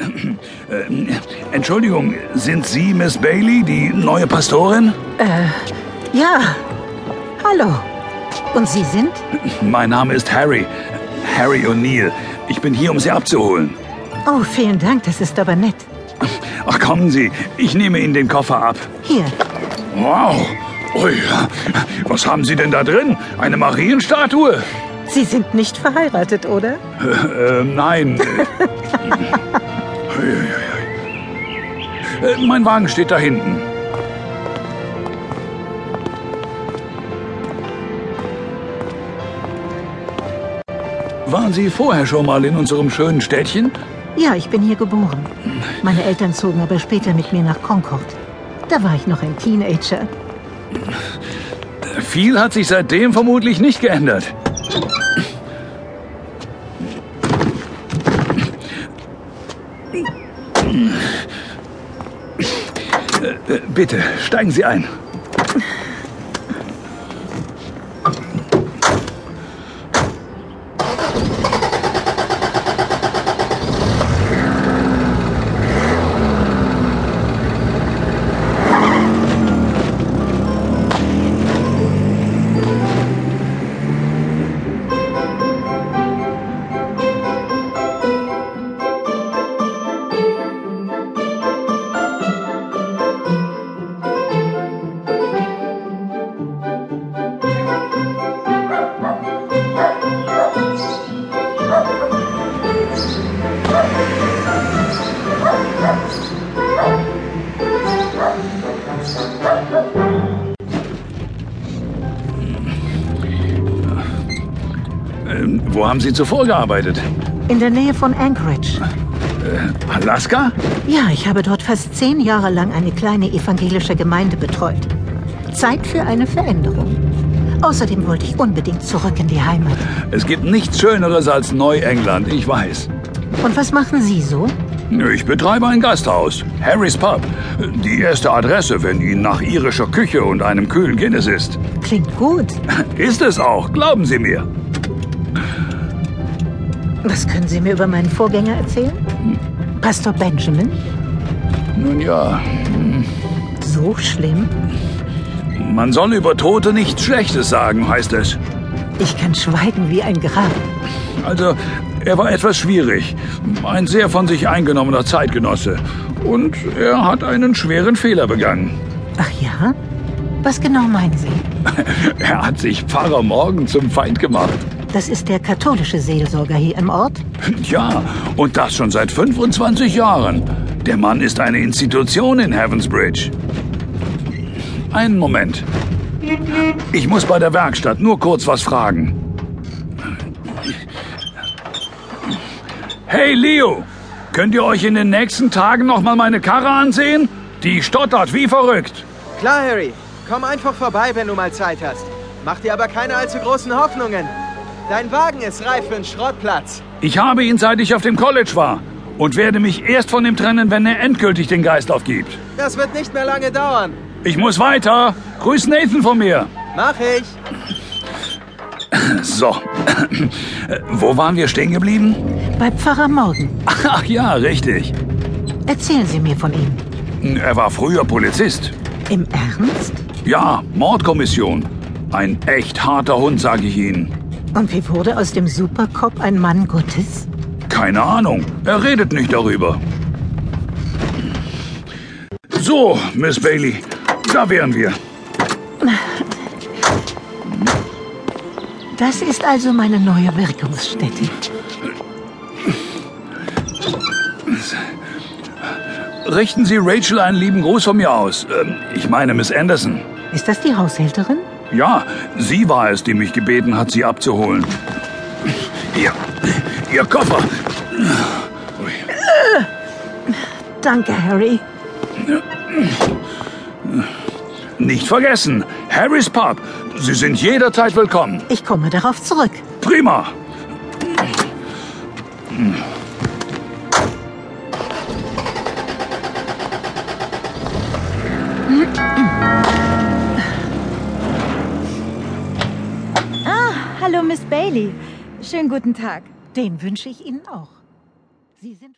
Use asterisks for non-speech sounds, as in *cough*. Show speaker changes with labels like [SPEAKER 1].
[SPEAKER 1] Ähm, Entschuldigung, sind Sie Miss Bailey, die neue Pastorin?
[SPEAKER 2] Ja, hallo. Und Sie sind?
[SPEAKER 1] Mein Name ist Harry. Harry O'Neill. Ich bin hier, um Sie abzuholen.
[SPEAKER 2] Oh, vielen Dank, das ist aber nett.
[SPEAKER 1] Ach, kommen Sie. Ich nehme Ihnen den Koffer ab.
[SPEAKER 2] Hier,
[SPEAKER 1] Wow. Ui, was haben Sie denn da drin? Eine Marienstatue?
[SPEAKER 2] Sie sind nicht verheiratet, oder?
[SPEAKER 1] Äh, nein. Äh, mein Wagen steht da hinten. Waren Sie vorher schon mal in unserem schönen Städtchen?
[SPEAKER 2] Ja, ich bin hier geboren. Meine Eltern zogen aber später mit mir nach Concord. Da war ich noch ein Teenager.
[SPEAKER 1] Viel hat sich seitdem vermutlich nicht geändert. Äh, äh, Bitte, steigen Sie ein. Ähm, Wo haben Sie zuvor gearbeitet?
[SPEAKER 2] In der Nähe von Anchorage.
[SPEAKER 1] Alaska?
[SPEAKER 2] Ja, ich habe dort fast zehn Jahre lang eine kleine evangelische Gemeinde betreut. Zeit für eine Veränderung. Außerdem wollte ich unbedingt zurück in die Heimat.
[SPEAKER 1] Es gibt nichts Schöneres als Neuengland, ich weiß.
[SPEAKER 2] Und was machen Sie so?
[SPEAKER 1] Ich betreibe ein Gasthaus, Harry's Pub. Die erste Adresse, wenn Ihnen nach irischer Küche und einem kühlen Guinness ist.
[SPEAKER 2] Klingt gut.
[SPEAKER 1] Ist es auch, glauben Sie mir.
[SPEAKER 2] Was können Sie mir über meinen Vorgänger erzählen? Pastor Benjamin?
[SPEAKER 1] Nun ja,
[SPEAKER 2] So schlimm?
[SPEAKER 1] man soll über Tote nichts Schlechtes sagen, heißt es.
[SPEAKER 2] Ich kann schweigen wie ein Grab.
[SPEAKER 1] Also, er war etwas schwierig. Ein sehr von sich eingenommener Zeitgenosse. Und er hat einen schweren Fehler begangen.
[SPEAKER 2] Ach ja? Was genau meinen Sie?
[SPEAKER 1] Er hat sich Pfarrer Morgen zum Feind gemacht.
[SPEAKER 2] Das ist der katholische Seelsorger hier im Ort.
[SPEAKER 1] Ja, und das schon seit 25 Jahren. Der Mann ist eine Institution in Heavensbridge. Einen Moment. Ich muss bei der Werkstatt nur kurz was fragen. Hey Leo, könnt ihr euch in den nächsten Tagen noch mal meine Karre ansehen? Die stottert wie verrückt.
[SPEAKER 3] Klar, Harry. Komm einfach vorbei, wenn du mal Zeit hast. Mach dir aber keine allzu großen Hoffnungen. Dein Wagen ist reif für einen Schrottplatz.
[SPEAKER 1] Ich habe ihn seit ich auf dem College war und werde mich erst von ihm trennen, wenn er endgültig den Geist aufgibt.
[SPEAKER 3] Das wird nicht mehr lange dauern.
[SPEAKER 1] Ich muss weiter. Grüß Nathan von mir.
[SPEAKER 3] Mach ich.
[SPEAKER 1] So, *clears throat* Äh, wo waren wir stehen geblieben?
[SPEAKER 2] Bei Pfarrer Morgan.
[SPEAKER 1] *laughs* Ach ja, richtig.
[SPEAKER 2] Erzählen Sie mir von ihm.
[SPEAKER 1] Er war früher Polizist.
[SPEAKER 2] Im Ernst?
[SPEAKER 1] Ja, Mordkommission. Ein echt harter Hund, sage ich Ihnen.
[SPEAKER 2] Und wie wurde aus dem Supercop ein Mann Gottes?
[SPEAKER 1] Keine Ahnung, er redet nicht darüber. So, Miss Bailey, da wären wir.
[SPEAKER 2] Das ist also meine neue Wirkungsstätte.
[SPEAKER 1] Richten Sie Rachel einen lieben Gruß von mir aus. Ähm, Ich meine Miss Anderson.
[SPEAKER 2] Ist das die Haushälterin?
[SPEAKER 1] Ja, sie war es, die mich gebeten hat, sie abzuholen. Ihr, ihr Koffer. Ui.
[SPEAKER 2] Danke, Harry.
[SPEAKER 1] Nicht vergessen, Harry's Pub. Sie sind jederzeit willkommen.
[SPEAKER 2] Ich komme darauf zurück.
[SPEAKER 1] Prima.
[SPEAKER 4] Hallo, Miss Bailey. Schönen guten Tag.
[SPEAKER 2] Den wünsche ich Ihnen auch. Sie sind